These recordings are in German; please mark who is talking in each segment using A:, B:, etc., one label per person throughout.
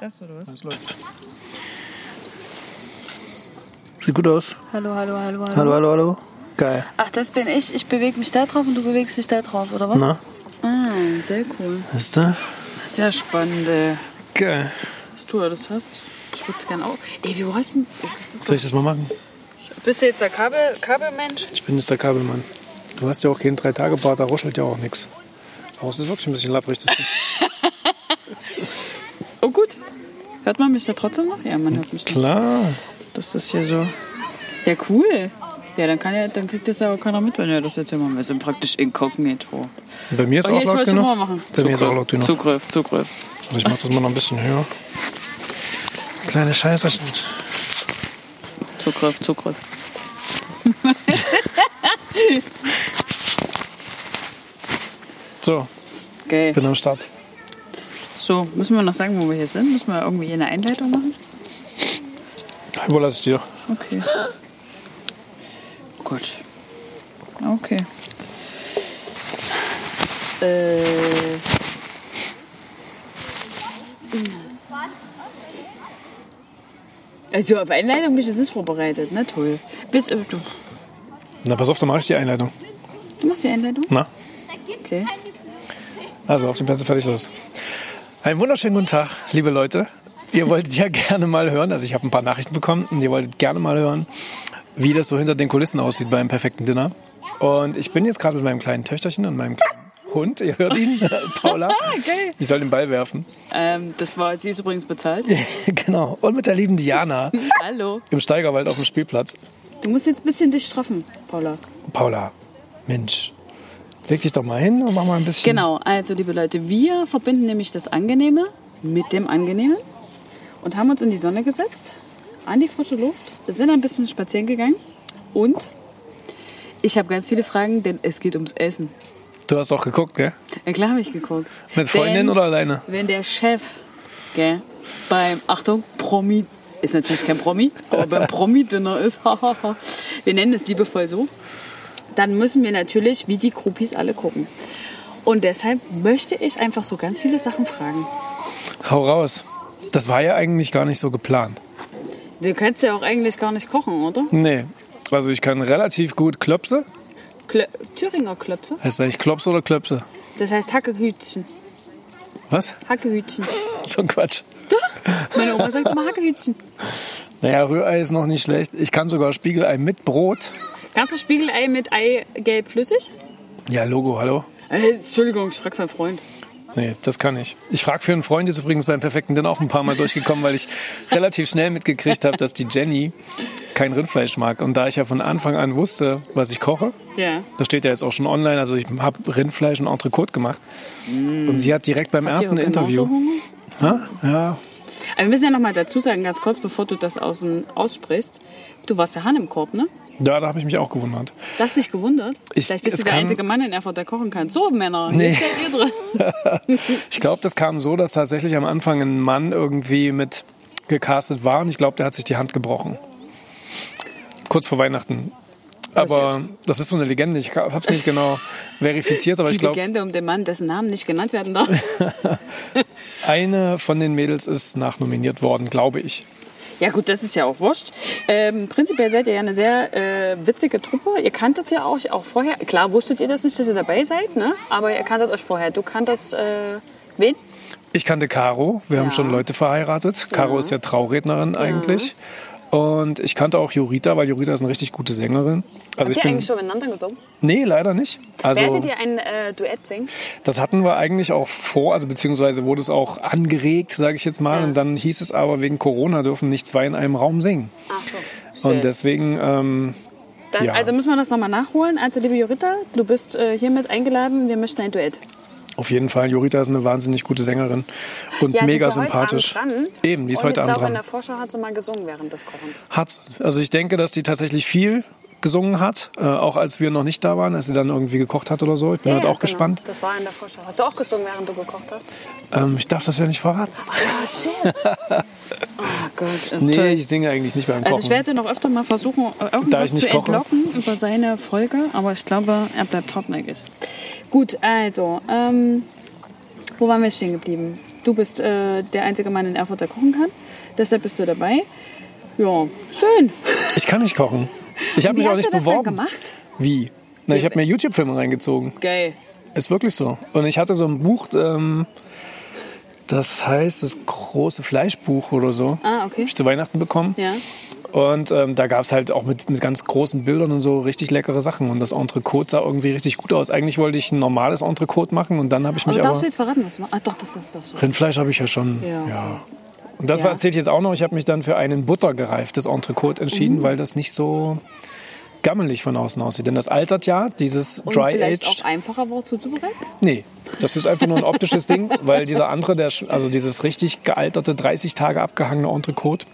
A: Das oder was?
B: Das läuft. Sieht gut aus.
C: Hallo, hallo, hallo, hallo.
B: Hallo, hallo, hallo. Geil.
C: Ach, das bin ich. Ich bewege mich da drauf und du bewegst dich da drauf, oder was?
B: Na,
C: Ah, sehr cool.
B: ist da?
A: Sehr spannend, ey.
B: Geil.
A: dass du alles hast. Ich würde es gerne auch. Ey, wie heißt denn.
B: Soll ich das mal machen?
A: Bist du jetzt der Kabel, Kabelmensch?
B: Ich bin jetzt der Kabelmann. Du hast ja auch keinen Drei-Tage-Bart, da ruschelt ja auch nichts. Haus ist wirklich ein bisschen lapprig. Das ist
A: Oh, gut. Hört man mich da trotzdem noch? Ja, man hört mich noch.
B: klar.
A: Das ist hier so. Ja, cool. Ja, dann, kann ja, dann kriegt das ja auch keiner mit, wenn wir das jetzt hier machen. Wir sind praktisch inkognito.
B: Und Bei mir ist
A: Oh, hier,
B: auch
A: ich
B: laut
A: wollte schon mal
B: genug.
A: machen.
B: Bei mir ist auch laut
A: Zugriff,
B: genug.
A: Zugriff, Zugriff.
B: Also Ich mach das mal noch ein bisschen höher. Kleine Scheißerchen.
A: Zugriff, Zugriff.
B: So,
A: Geil.
B: bin am Start.
A: So, müssen wir noch sagen, wo wir hier sind? Müssen wir irgendwie eine Einleitung machen?
B: Überlasse ich dir.
A: Okay. Gut. Okay. Äh. Also auf Einleitung bin ich jetzt nicht vorbereitet, ne? Toll. Bis, äh, du,
B: Na, pass auf, dann mache ich die Einleitung.
A: du machst die Einleitung?
B: Na?
A: Okay.
B: Also auf den Pässe fertig los. Einen wunderschönen guten Tag, liebe Leute. Ihr wolltet ja gerne mal hören, also ich habe ein paar Nachrichten bekommen und ihr wolltet gerne mal hören, wie das so hinter den Kulissen aussieht beim perfekten Dinner. Und ich bin jetzt gerade mit meinem kleinen Töchterchen und meinem kleinen Hund, ihr hört ihn, Paula.
A: Geil.
B: Ich soll den Ball werfen.
A: Ähm, das war, sie ist übrigens bezahlt.
B: genau. Und mit der lieben Diana
A: Hallo.
B: im Steigerwald auf dem Spielplatz.
A: Du musst jetzt ein bisschen dich straffen, Paula.
B: Paula, Mensch, leg dich doch mal hin und mach mal ein bisschen.
A: Genau, also liebe Leute, wir verbinden nämlich das Angenehme mit dem Angenehmen und haben uns in die Sonne gesetzt, an die frische Luft, sind ein bisschen spazieren gegangen und ich habe ganz viele Fragen, denn es geht ums Essen.
B: Du hast auch geguckt, gell?
A: Ja, klar habe ich geguckt.
B: Mit Freundin
A: denn,
B: oder alleine?
A: Wenn der Chef gell, beim, Achtung, Promi, ist natürlich kein Promi, aber beim Promi-Dinner ist, hahaha. wir nennen es liebevoll so, dann müssen wir natürlich wie die Groupies alle gucken. Und deshalb möchte ich einfach so ganz viele Sachen fragen.
B: Hau raus. Das war ja eigentlich gar nicht so geplant.
A: Du kannst ja auch eigentlich gar nicht kochen, oder?
B: Nee. Also ich kann relativ gut Klöpse.
A: Klö Thüringer Klöpse.
B: Heißt das eigentlich Klopse oder Klöpse?
A: Das heißt Hackehütchen.
B: Was?
A: Hackehütchen.
B: So ein Quatsch.
A: Doch, meine Oma sagt immer Hackehütchen.
B: Naja, Rührei ist noch nicht schlecht. Ich kann sogar Spiegelei mit Brot.
A: Ganzes Spiegelei mit Eigelb flüssig?
B: Ja, Logo, hallo.
A: Äh, Entschuldigung, ich frag meinen Freund.
B: Nee, das kann ich. Ich frage für einen Freund, ist übrigens beim Perfekten dann auch ein paar Mal durchgekommen, weil ich relativ schnell mitgekriegt habe, dass die Jenny kein Rindfleisch mag. Und da ich ja von Anfang an wusste, was ich koche,
A: Ja.
B: das steht ja jetzt auch schon online, also ich habe Rindfleisch und Entrecote gemacht. Und sie hat direkt beim ersten
A: Habt ihr genauso
B: Interview...
A: Hunger?
B: Ha? Ne? Ja,
A: Aber wir müssen ja noch mal dazu sagen, ganz kurz, bevor du das außen aussprichst, du warst ja Hahn im Korb, ne?
B: Ja, da habe ich mich auch gewundert.
A: Du hast dich gewundert.
B: Ich-
A: Vielleicht bist
B: es
A: du der
B: kann-
A: einzige Mann in Erfurt, der kochen kann. So, Männer,
B: Nee.
A: nee. jetzt seid ihr drin.
B: Ich glaube, das kam so, dass tatsächlich am Anfang ein Mann irgendwie mit gecastet war und ich glaube, der hat sich die Hand gebrochen. Kurz vor Weihnachten.
A: Oh,
B: Aber das ist so eine Legende, ich habe es nicht genau verifiziert, aber
A: Die
B: ich glaube,
A: Legende um den Mann, dessen Namen nicht genannt werden darf.
B: eine von den Mädels ist nachnominiert worden, glaube ich.
A: Ja gut, das ist ja auch wurscht. Ähm, prinzipiell seid ihr ja eine sehr äh, witzige Truppe. Ihr kanntet ja euch auch vorher. Klar wusstet ihr das nicht, dass ihr dabei seid, ne? Aber ihr kanntet euch vorher. Du kanntest äh, wen?
B: Also Ich kannte Caro, wir haben
A: Ja.
B: schon Leute verheiratet. Caro ist ja Traurednerin eigentlich. Und ich kannte auch Jurita, weil Jurita ist eine richtig gute Sängerin. Also ich
A: Habt ihr
B: bin,
A: eigentlich schon miteinander gesungen?
B: nee, leider nicht. Also
A: Werdet ihr ein äh, Duett singen?
B: Das hatten wir eigentlich auch vor, also beziehungsweise wurde es auch angeregt, sage ich jetzt mal.
A: Ja.
B: Und dann hieß es aber, wegen Corona dürfen nicht zwei in einem Raum singen.
A: Ach so.
B: Und deswegen, ähm,
A: Das,
B: Ja.
A: Also müssen wir das nochmal nachholen. Also, liebe Jorita, du bist äh, hiermit eingeladen. Wir möchten ein Duett.
B: auf jeden Fall, Jurita ist eine wahnsinnig gute Sängerin und
A: sie
B: mega
A: ist ja
B: sympathisch.
A: Heute Abend dran.
B: Eben, die ist
A: Und
B: heute
A: ich
B: Abend
A: glaube, in
B: dran.
A: der Vorschau hat sie mal gesungen während des Kochens.
B: Hat, also ich denke, dass die tatsächlich viel gesungen hat, äh, auch als wir noch nicht da waren, als sie dann irgendwie gekocht hat oder so. Ich bin halt
A: Ja,
B: auch
A: genau.
B: gespannt.
A: Das war in der Vorschau. Hast du auch gesungen, während du gekocht hast?
B: Ähm, ich darf das ja nicht verraten.
A: Oh, shit. oh Gott. äh,
B: Nee,
A: toll.
B: ich singe eigentlich nicht beim Kochen.
A: also ich werde noch öfter mal versuchen, äh, irgendwas
B: nicht
A: zu
B: koche?
A: entlocken über seine Folge, aber ich glaube, er bleibt hartnäckig. Gut, also, ähm, wo waren wir stehen geblieben? Du bist äh, der einzige Mann in Erfurt, der kochen kann. Deshalb bist du dabei. Ja, schön.
B: Ich kann nicht kochen. Ich habe
A: Wie
B: mich auch
A: hast
B: nicht
A: du das
B: beworben.
A: dann gemacht?
B: Wie? Na, ich habe mir YouTube-Filme reingezogen.
A: Geil.
B: Ist wirklich so. Und ich hatte so ein Buch, ähm, das heißt das große Fleischbuch oder so.
A: Ah, okay.
B: Hab ich zu Weihnachten bekommen.
A: Ja.
B: Und ähm, da gab es halt auch mit, mit ganz großen Bildern und so richtig leckere Sachen. Und das Entrecote sah irgendwie richtig gut aus. Eigentlich wollte ich ein normales Entrecote machen und dann habe ich mich
A: Also
B: aber...
A: darfst du jetzt verraten, was du machst? Ah, doch, das, das darfst du.
B: Rindfleisch habe ich ja schon.
A: Ja, okay.
B: Und das
A: Ja.
B: war erzähle ich jetzt auch noch. Ich habe mich dann für einen buttergereiftes Entrecote
A: Mhm.
B: entschieden, weil das nicht so gammelig von außen aussieht. Denn das altert ja, dieses
A: Und vielleicht
B: Dry-Aged.
A: auch einfacher war zuzubereiten?
B: Nee, das ist einfach nur ein optisches Ding, weil dieser andere, der, sch- also dieses richtig gealterte, 30 Tage abgehangene Entrecote,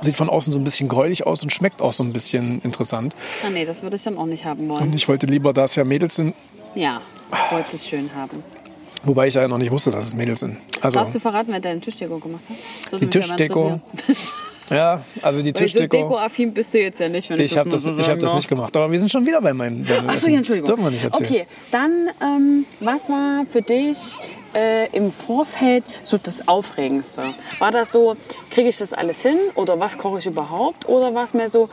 B: sieht von außen so ein bisschen gräulich aus und schmeckt auch so ein bisschen interessant.
A: Ah, nee, das würde ich dann auch nicht haben
B: Und
A: wollen.
B: ich wollte lieber, da es ja Mädels sind,
A: Ja, wolltest es schön haben.
B: wobei ich ja noch nicht wusste, dass es Mädels sind. Also,
A: Darfst du verraten, wer deine Tischdeko gemacht hat? Das würde
B: Die
A: mich ja mal
B: Tischdeko.
A: interessieren.
B: ja, also die
A: Weil so
B: Tischdeko.
A: dekoaffin bist du jetzt ja nicht, wenn ich,
B: Ich habe
A: mal
B: das,
A: so
B: ich hab
A: sagen ne?
B: das
A: darf.
B: nicht gemacht. Aber wir sind schon wieder bei meinem.
A: Achso, ja, Entschuldigung.
B: Das dürfen wir nicht erzählen.
A: Okay, dann, ähm, was war für dich äh, im Vorfeld so das Aufregendste? War das so, kriege ich das alles hin oder was koche ich überhaupt? Oder war es mehr so,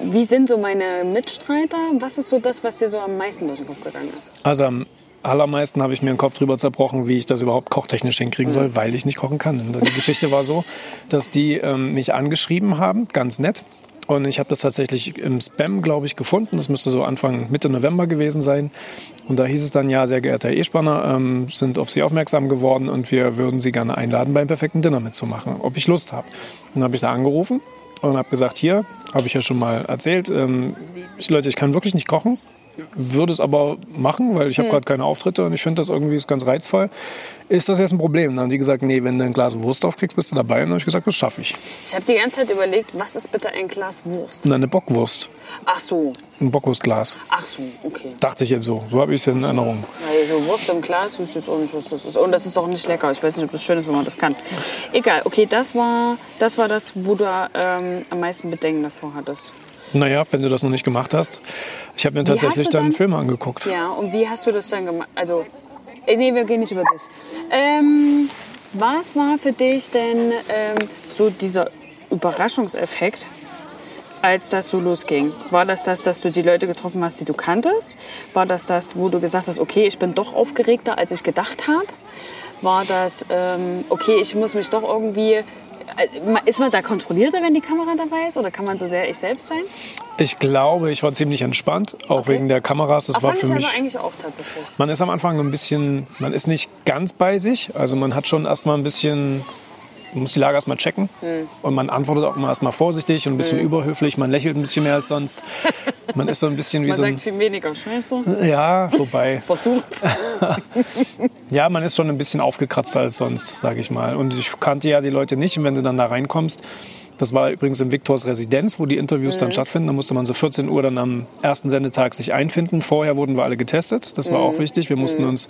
A: wie sind so meine Mitstreiter? Was ist so das, was dir so am meisten durch den Kopf gegangen ist?
B: Also am allermeisten habe ich mir den Kopf drüber zerbrochen, wie ich das überhaupt kochtechnisch hinkriegen soll, weil ich nicht kochen kann. Und die Geschichte war so, dass die ähm, mich angeschrieben haben, ganz nett. Und ich habe das tatsächlich im Spam, glaube ich, gefunden. Das müsste so Anfang, Mitte November gewesen sein. Und da hieß es dann, ja, sehr geehrter Herr E-Spanner, ähm, sind auf Sie aufmerksam geworden und wir würden Sie gerne einladen, beim perfekten Dinner mitzumachen, ob ich Lust habe. Dann habe ich da angerufen und habe gesagt, hier, habe ich ja schon mal erzählt, ähm, ich, Leute, ich kann wirklich nicht kochen würde es aber machen, weil ich habe gerade keine Auftritte und ich finde das irgendwie ist ganz reizvoll. Ist das jetzt ein Problem? Dann haben die gesagt, nee, wenn du ein Glas Wurst aufkriegst, bist du dabei. Und dann habe ich gesagt, das schaffe ich.
A: Ich habe die ganze Zeit überlegt, was ist bitte ein Glas Wurst?
B: Und dann eine Bockwurst,
A: Ach so,
B: ein Bockwurstglas.
A: ach so, okay.
B: Dachte ich jetzt so. So habe ich es in Erinnerung.
A: Weil so Also Wurst im Glas wüsste ich jetzt auch nicht, was das ist. Und das ist auch nicht lecker. Ich weiß nicht, ob das schön ist, wenn man das kann. Egal, okay, das war das, war das wo du ähm, am meisten Bedenken davor hattest.
B: Naja, wenn du das noch nicht gemacht hast. Ich habe mir
A: hast
B: tatsächlich
A: du
B: dann
A: dann-
B: Filme angeguckt.
A: Ja, und wie hast du das dann gemacht? Also, äh, nee, wir gehen nicht über dich. Ähm, was war für dich denn ähm, so dieser Überraschungseffekt, als das so losging? War das das, dass du die Leute getroffen hast, die du kanntest? War das das, wo du gesagt hast, okay, ich bin doch aufgeregter, als ich gedacht habe? War das, ähm, okay, ich muss mich doch irgendwie... äh, Ist man da kontrollierter, wenn die Kamera dabei ist? Oder kann man so sehr ich selbst sein?
B: Ich glaube, ich war ziemlich entspannt, auch
A: Okay.
B: wegen der Kameras. Das
A: Das
B: war
A: fand
B: für
A: ich
B: mich.
A: aber eigentlich auch tatsächlich.
B: Man ist am Anfang ein bisschen, man ist nicht ganz bei sich. Also man hat schon erstmal ein bisschen, man muss die Lage erstmal checken. Und man antwortet auch immer erstmal vorsichtig und ein bisschen überhöflich. Man lächelt ein bisschen mehr als sonst. Man ist so ein bisschen wie
A: Man
B: so ein.
A: sagt viel weniger. Schmeckt so?
B: Ja, wobei.
A: Versucht's.
B: Ja, man ist schon ein bisschen aufgekratzter als sonst, sage ich mal. Und ich kannte ja die Leute nicht. Und wenn du dann da reinkommst, das war übrigens in Viktors Residenz, wo die Interviews
A: Mhm.
B: dann stattfinden. Da musste man so 14 Uhr dann am ersten Sendetag sich einfinden. Vorher wurden wir alle getestet. Das war
A: Mhm.
B: auch wichtig. Wir mussten uns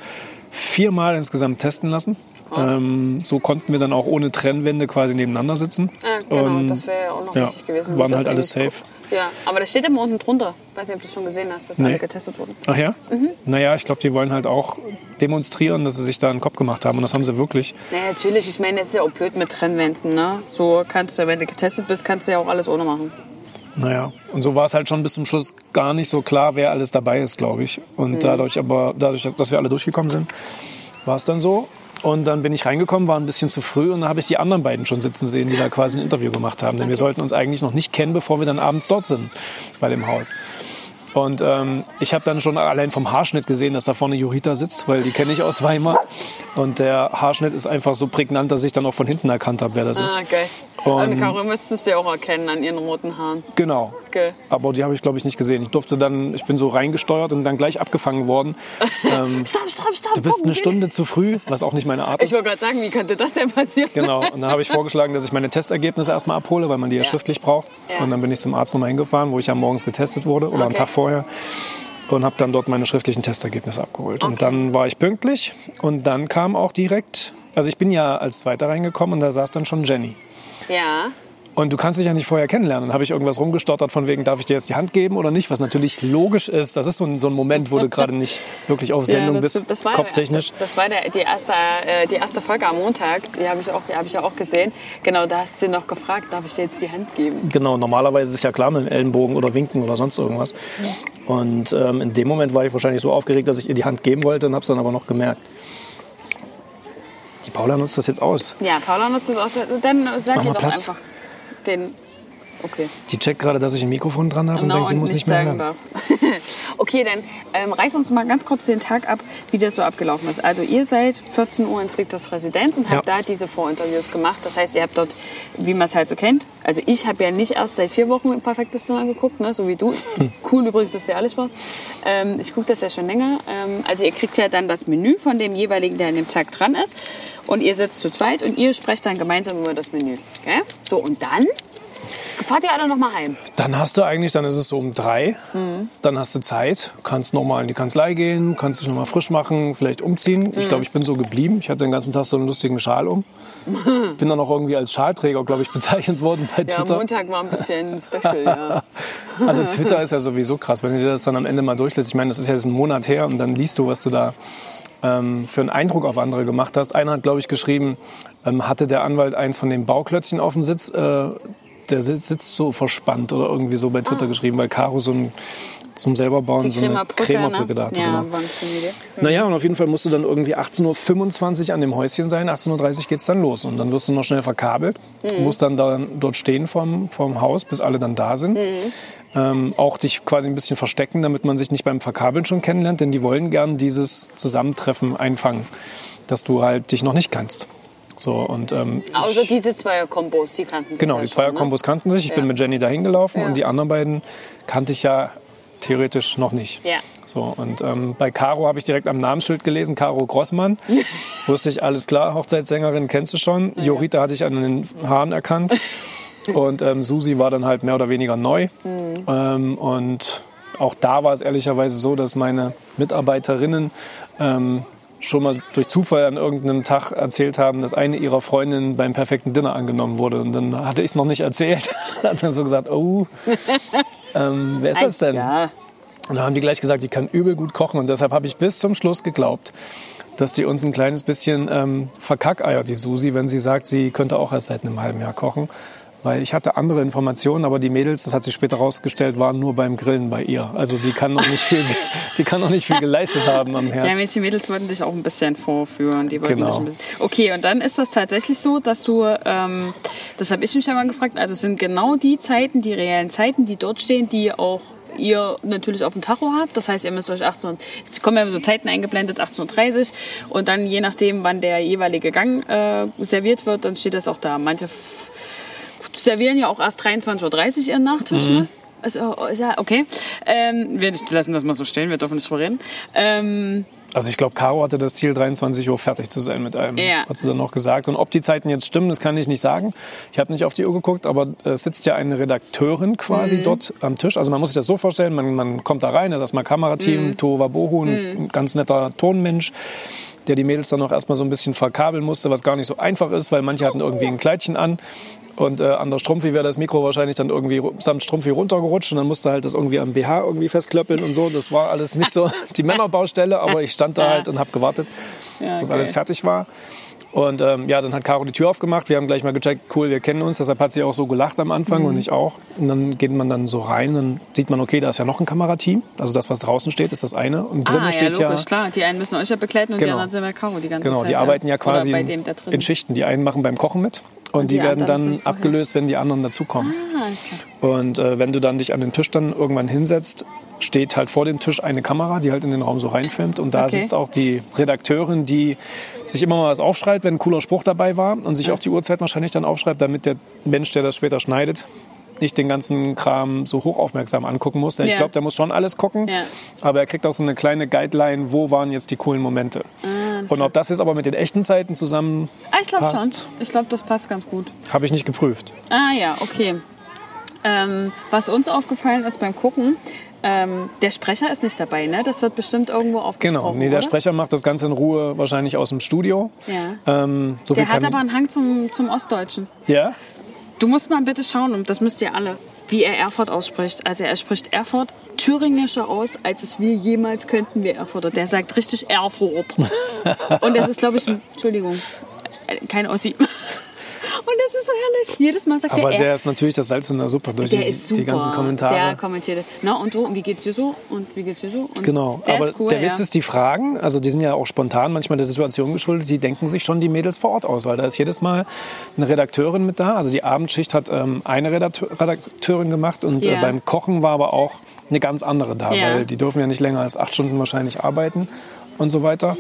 B: viermal insgesamt testen lassen. Ähm, so konnten wir dann auch ohne Trennwände quasi nebeneinander sitzen.
A: Ja, genau,
B: Und
A: das wäre ja auch noch
B: ja,
A: richtig gewesen. wie
B: waren
A: das
B: halt alles
A: eigentlich-
B: safe.
A: Ja, aber das steht immer unten drunter. Ich weiß nicht, ob du es schon gesehen hast, dass
B: Nee.
A: alle getestet wurden.
B: Ach ja?
A: Mhm.
B: Naja, ich glaube, die wollen halt auch demonstrieren, dass sie sich da einen Kopf gemacht haben. Und das haben sie wirklich.
A: Naja, natürlich. Ich meine, das ist ja auch blöd mit Trennwänden, ne? So kannst du, wenn du getestet bist, kannst du ja auch alles ohne machen.
B: Naja, und so war es halt schon bis zum Schluss gar nicht so klar, wer alles dabei ist, glaube ich. Und dadurch aber, dadurch, dass wir alle durchgekommen sind, war es dann so. Und dann bin ich reingekommen, war ein bisschen zu früh und dann habe ich die anderen beiden schon sitzen sehen, die da quasi ein Interview gemacht haben. Denn wir sollten uns eigentlich noch nicht kennen, bevor wir dann abends dort sind bei dem Haus. Und ähm, ich habe dann schon allein vom Haarschnitt gesehen, dass da vorne Jurita sitzt, weil die kenne ich aus Weimar. Und der Haarschnitt ist einfach so prägnant, dass ich dann auch von hinten erkannt habe, wer das ist.
A: Ah, geil.
B: Und-
A: Und Caro müsstest du ja auch erkennen an ihren roten Haaren.
B: Genau.
A: Geil.
B: Aber die habe ich, glaube ich, nicht gesehen. Ich durfte dann, ich bin so reingesteuert und dann gleich abgefangen worden. Ähm,
A: Stopp, stopp, stopp.
B: Du bist eine Stunde zu früh, was auch nicht meine Art
A: Ich
B: ist.
A: wollte gerade sagen, wie könnte das denn passieren?
B: Genau. Und dann habe ich vorgeschlagen, dass ich meine Testergebnisse erstmal abhole, weil man die ja,
A: Ja.
B: schriftlich braucht.
A: Ja.
B: Und dann bin ich zum Arzt nochmal hingefahren, wo ich ja morgens getestet wurde oder am
A: Okay.
B: Tag vorher. Und habe dann dort meine schriftlichen Testergebnisse abgeholt. Und
A: Okay.
B: dann war ich pünktlich und dann kam auch direkt, also ich bin ja als Zweiter reingekommen und da saß dann schon Jenny.
A: Ja.
B: Und du kannst dich ja nicht vorher kennenlernen. Dann habe ich irgendwas rumgestottert von wegen, darf ich dir jetzt die Hand geben oder nicht? Was natürlich logisch ist. Das ist so ein, so ein Moment, wo du gerade nicht wirklich auf Sendung
A: das
B: bist,
A: stimmt. das war
B: kopftechnisch.
A: Das, das war der, die, erste, äh, die erste Folge am Montag, die habe ich, auch- die habe ich ja auch gesehen. Genau, da hast du noch gefragt, darf ich dir jetzt die Hand geben?
B: Genau, normalerweise ist es ja klar mit dem Ellenbogen oder Winken oder sonst irgendwas. Und ähm, in dem Moment war ich wahrscheinlich so aufgeregt, dass ich ihr die Hand geben wollte und habe es dann aber noch gemerkt. Die Paula nutzt das jetzt aus.
A: Ja, Paula nutzt es aus. Dann sag
B: Mach
A: ihr
B: mal
A: doch
B: Platz.
A: einfach den. Okay.
B: Die checkt gerade, dass ich ein Mikrofon dran habe Genau, und
A: Genau,
B: denkt, sie muss nicht mehr hören.
A: darf. okay, dann ähm, reiß uns mal ganz kurz den Tag ab, wie das so abgelaufen ist. Also ihr seid 14 Uhr ins Victors Residenz und habt
B: Ja.
A: da diese Vorinterviews gemacht. Das heißt, ihr habt dort, wie man es halt so kennt, also ich habe ja nicht erst seit vier Wochen Perfektes Dinner geguckt, ne, so wie du.
B: Hm.
A: Cool übrigens, dass dir alles Spaß. Ähm, ich gucke das ja schon länger. Ähm, also ihr kriegt ja dann das Menü von dem jeweiligen, der an dem Tag dran ist. Und ihr sitzt zu zweit und ihr sprecht dann gemeinsam über das Menü. Gell? So, und dann fahrt ihr alle nochmal heim.
B: Dann hast du eigentlich, dann ist es so um drei, dann hast du Zeit, kannst nochmal in die Kanzlei gehen, kannst dich nochmal frisch machen, vielleicht umziehen. Ich glaube, ich bin so geblieben. Ich hatte den ganzen Tag so einen lustigen Schal um. bin dann auch irgendwie als Schalträger, glaube ich, bezeichnet worden bei
A: Ja,
B: Twitter.
A: Montag war ein bisschen special, ja.
B: Also Twitter ist ja sowieso krass, wenn du dir das dann am Ende mal durchlässt. Ich meine, das ist ja jetzt ein Monat her und dann liest du, was du da ähm, für einen Eindruck auf andere gemacht hast. Einer hat, glaube ich, geschrieben, ähm, hatte der Anwalt eins von den Bauklötzchen auf dem Sitz, äh, der sitzt, sitzt so verspannt oder irgendwie so bei Twitter geschrieben, weil Caro so ein, zum selber bauen
A: Ah. Die
B: so eine
A: Cremerbrücke,
B: Cremerbrücke
A: ne?
B: da hatte.
A: Ja,
B: Genau.
A: war eine schöne Idee.
B: Naja, und auf jeden Fall musst du dann irgendwie 18.25 Uhr an dem Häuschen sein, 18.30 Uhr geht's dann los. Und dann wirst du noch schnell verkabelt, musst dann da, dort stehen vorm, vorm Haus, bis alle dann da sind. Ähm, auch dich quasi ein bisschen verstecken, damit man sich nicht beim Verkabeln schon kennenlernt, denn die wollen gern dieses Zusammentreffen einfangen, dass du halt dich noch nicht kannst. So, und ähm,
A: Außer diese zwei Kombos, die kannten sich
B: Genau,
A: ja
B: die
A: schon, ne?
B: Zweierkombos kannten sich. Ich bin
A: Ja.
B: mit Jenny dahin gelaufen
A: Ja.
B: und die anderen beiden kannte ich ja theoretisch noch nicht.
A: Ja.
B: So, und ähm, bei Caro habe ich direkt am Namensschild gelesen, Caro Grossmann. Wusste ich, alles klar, Hochzeitssängerin kennst du schon. Jorita hatte ich an den Haaren erkannt. und ähm, Susi war dann halt mehr oder weniger neu.
A: Mhm.
B: Ähm, und auch da war es ehrlicherweise so, dass meine Mitarbeiterinnen ähm, schon mal durch Zufall an irgendeinem Tag erzählt haben, dass eine ihrer Freundinnen beim perfekten Dinner angenommen wurde. Und dann hatte ich es noch nicht erzählt. hat dann so gesagt, oh, ähm, wer ist
A: Ne?
B: das denn?
A: Ja,
B: Und dann haben die gleich gesagt, die kann übel gut kochen. Und deshalb habe ich bis zum Schluss geglaubt, dass die uns ein kleines bisschen ähm, verkackeiert, die Susi, wenn sie sagt, sie könnte auch erst seit einem halben Jahr kochen. Weil ich hatte andere Informationen, aber die Mädels, das hat sich später rausgestellt, waren nur beim Grillen bei ihr. Also die kann noch nicht viel, die kann noch nicht viel geleistet haben am Herd.
A: ja Mädchen, Mädels wollten dich auch ein bisschen vorführen. Die wollten
B: Genau.
A: dich ein bisschen. Okay, und dann ist das tatsächlich so, dass du, ähm, das habe ich mich ja mal gefragt, also es sind genau die Zeiten, die reellen Zeiten, die dort stehen, die auch ihr natürlich auf dem Tacho habt. Das heißt, ihr müsst euch 18 und, es kommen ja immer so Zeiten eingeblendet, 18.30 Uhr und dann je nachdem, wann der jeweilige Gang äh, serviert wird, dann steht das auch da. Manche f- servieren ja auch erst 23.30 Uhr ihren Nachtisch, ne? Also, oh, ist ja, okay. Ähm, wir lassen das mal so stehen, wir dürfen nicht drüber reden. Ähm,
B: Also ich glaube, Caro hatte das Ziel, 23 Uhr fertig zu sein mit allem,
A: Ja.
B: hat sie dann noch gesagt. Und ob die Zeiten jetzt stimmen, das kann ich nicht sagen. Ich habe nicht auf die Uhr geguckt, aber äh, es sitzt ja eine Redakteurin quasi dort am Tisch. Also man muss sich das so vorstellen, man, man kommt da rein, da ist erstmal Kamerateam, Tova Bohu, ein ganz netter Tonmensch der die Mädels dann noch erstmal so ein bisschen verkabeln musste, was gar nicht so einfach ist, weil manche hatten irgendwie ein Kleidchen an und äh, an der Strumpfi wäre das Mikro wahrscheinlich dann irgendwie ru- samt Strumpfi runtergerutscht und dann musste halt das irgendwie am BH irgendwie festklöppeln und so. Das war alles nicht so die Männerbaustelle, aber ich stand da halt und habe gewartet, bis das
A: okay.
B: alles fertig war. Und ähm, ja, dann hat Caro die Tür aufgemacht. Wir haben gleich mal gecheckt, cool, wir kennen uns. Deshalb hat sie auch so gelacht am Anfang
A: Mhm.
B: und ich auch. Und dann geht man dann so rein, dann sieht man, okay, da ist ja noch ein Kamerateam. Also das, was draußen steht, ist das eine. Und drinnen
A: ah, ja,
B: steht
A: logisch, klar. Die einen müssen euch ja begleiten und die
B: Genau.
A: anderen sind bei Caro die ganze
B: Genau,
A: Zeit.
B: die arbeiten ja quasi
A: Oder bei dem da drin.
B: in Schichten. Die einen machen beim Kochen mit und, die,
A: die
B: werden
A: anderen
B: dann
A: sind vorher.
B: abgelöst, wenn die anderen dazukommen.
A: Ah, alles klar.
B: Und äh, wenn du dann dich an den Tisch dann irgendwann hinsetzt, steht halt vor dem Tisch eine Kamera, die halt in den Raum so reinfilmt. Und da
A: Okay.
B: sitzt auch die Redakteurin, die sich immer mal was aufschreibt, wenn ein cooler Spruch dabei war und sich auch die Uhrzeit wahrscheinlich dann aufschreibt, damit der Mensch, der das später schneidet, nicht den ganzen Kram so hochaufmerksam angucken muss. Denn ich
A: Ja.
B: glaube, der muss schon alles gucken,
A: Ja.
B: aber er kriegt auch so eine kleine Guideline, wo waren jetzt die coolen Momente. und ob das jetzt aber mit den echten Zeiten zusammen
A: Ah, ich glaube schon.
B: Passt.
A: Ich glaube, das passt ganz gut.
B: habe ich nicht geprüft.
A: Ah ja, okay. Ähm, was uns aufgefallen ist beim Gucken, ähm, der Sprecher ist nicht dabei, ne? Das wird bestimmt irgendwo aufgesprochen,
B: Genau, nee, der
A: oder?
B: Sprecher macht das Ganze in Ruhe wahrscheinlich aus dem Studio.
A: Ja.
B: Ähm, so
A: Der
B: viel
A: hat
B: kann
A: aber einen Hang zum, zum Ostdeutschen.
B: ja?
A: Du musst mal bitte schauen, und das müsst ihr alle, wie er Erfurt ausspricht. Also er spricht Erfurt thüringischer aus, als es wir jemals könnten, wir Erfurter. Der sagt richtig Erfurt. Und das ist, glaube ich, ein, Entschuldigung, äh, kein Ossi. Und das ist so herrlich. Jedes Mal sagt
B: Aber
A: er
B: der, ist natürlich das Salz in der Suppe durch
A: der
B: die,
A: ist super.
B: die ganzen Kommentare.
A: Der kommentiert. Na, und du, und wie geht's dir so? Und wie geht's dir so? Und
B: Genau,
A: der
B: aber
A: ist cool,
B: der Witz
A: ja.
B: ist, die Fragen, also die sind ja auch spontan manchmal der Situation geschuldet, die denken sich schon die Mädels vor Ort aus, weil da ist jedes Mal eine Redakteurin mit da, also die Abendschicht hat ähm, eine Redakteur, Redakteurin gemacht und
A: Ja.
B: äh, beim Kochen war aber auch eine ganz andere da,
A: Ja.
B: weil die dürfen ja nicht länger als acht Stunden wahrscheinlich arbeiten und so weiter.